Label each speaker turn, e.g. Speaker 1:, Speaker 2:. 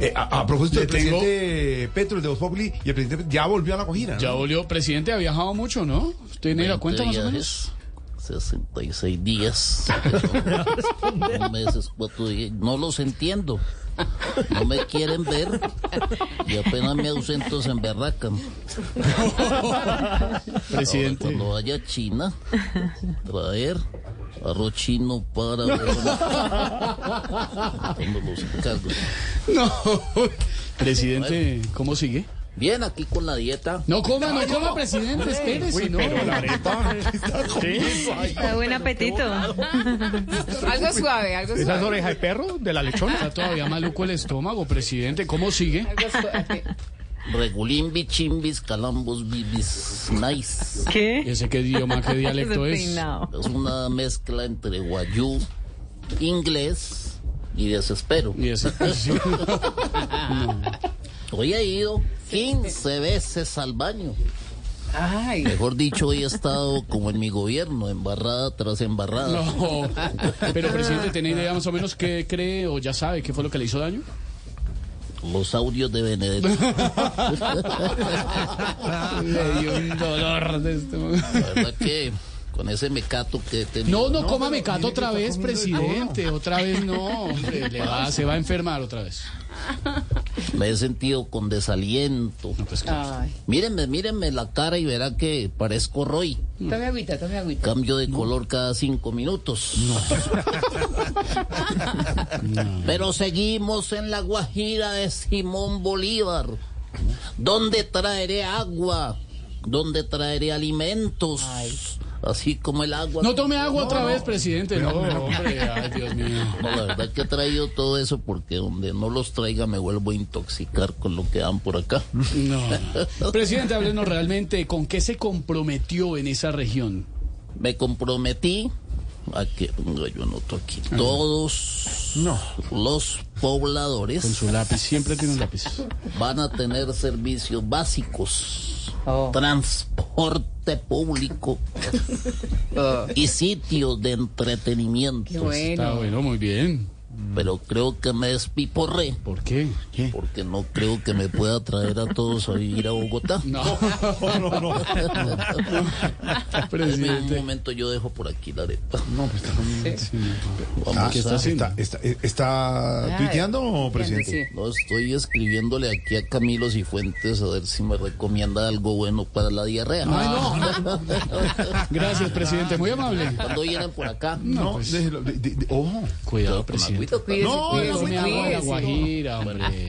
Speaker 1: Eh, a, a, propósito del presidente tengo... Petro, el de Voz Populi, y el presidente ya volvió a la cogina.
Speaker 2: ¿no? Ya volvió. Presidente, ha viajado mucho, ¿no? ¿Tiene la cuenta más o menos?
Speaker 3: 66 días. Dos meses, cuatro días. No los entiendo. No me quieren ver y apenas me ausento se emberracan.
Speaker 2: Presidente.
Speaker 3: Ahora, cuando vaya a China, traer arroz chino para ver. Me los encargo.
Speaker 2: No, presidente, ¿cómo sigue?
Speaker 3: Bien, aquí con la dieta.
Speaker 2: No coma, no coma, no. presidente, espérese, Uy,
Speaker 1: no. Pero la arepa,
Speaker 4: ¿Sí? Está buen apetito.
Speaker 5: algo suave, algo suave.
Speaker 6: ¿Esas orejas de perro de la lechona?
Speaker 2: Está todavía maluco el estómago, presidente. ¿Cómo sigue? Algo suave.
Speaker 3: Regulimbi, chimbis, calambos, bibis, nice.
Speaker 4: ¿Qué?
Speaker 2: ¿Ese qué idioma, qué dialecto es?
Speaker 3: Es una mezcla entre guayú, inglés y desespero.
Speaker 2: Y desespero.
Speaker 3: Hoy he ido 15 veces al baño.
Speaker 5: Ay.
Speaker 3: Mejor dicho, hoy he estado como en mi gobierno, embarrada tras embarrada.
Speaker 2: No. Pero, presidente, ¿tiene idea más o menos qué cree o ya sabe qué fue lo que le hizo daño?
Speaker 3: Los audios de Benedetto.
Speaker 2: le dio un dolor de esto.
Speaker 3: La verdad que con ese mecato que tenía.
Speaker 2: No, no, no coma mecato otra vez, presidente. Algo. Otra vez no, hombre. Le va, se va a enfermar otra vez.
Speaker 3: Me he sentido con desaliento. No, pues, mírenme, mírenme la cara y verá que parezco Roy.
Speaker 5: Tome agüita, tome agüita.
Speaker 3: Cambio de color cada cinco minutos. No. Pero seguimos en la guajira de Simón Bolívar. ¿Dónde traeré agua? ¿Dónde traeré alimentos? Ay así como el agua.
Speaker 2: No tome agua no, otra vez, presidente. No, no, hombre, ay, Dios mío.
Speaker 3: No, la verdad que he traído todo eso porque donde no los traiga me vuelvo a intoxicar con lo que dan por acá.
Speaker 2: No. presidente, háblenos realmente con qué se comprometió en esa región.
Speaker 3: Me comprometí a que no, yo anoto aquí todos no. los pobladores
Speaker 2: con su lápiz siempre tiene un lápiz
Speaker 3: van a tener servicios básicos oh. transporte público oh. y sitios de entretenimiento Qué
Speaker 2: bueno. está bueno muy bien
Speaker 3: pero creo que me despiporré.
Speaker 2: ¿Por qué? ¿Qué?
Speaker 3: Porque no creo que me pueda traer a todos a vivir a Bogotá.
Speaker 2: No, no, no. no.
Speaker 1: Ah,
Speaker 3: Presidente. En un momento yo dejo por aquí la arepa.
Speaker 1: No, pues está muy... Sí. Vamos, está, está, está, está, tuiteando, presidente?
Speaker 3: Sí. No, estoy escribiéndole aquí a Camilo Cifuentes a ver si me recomienda algo bueno para la diarrea.
Speaker 2: Ay, no. Gracias, presidente. Muy amable.
Speaker 3: Cuando vienen por acá.
Speaker 1: No, no pues... déjelo. De, de, de, ojo.
Speaker 2: Cuidado, presidente.
Speaker 5: Cuídese,
Speaker 2: no,
Speaker 5: cuídese,
Speaker 2: no, me hago la guajira, hombre.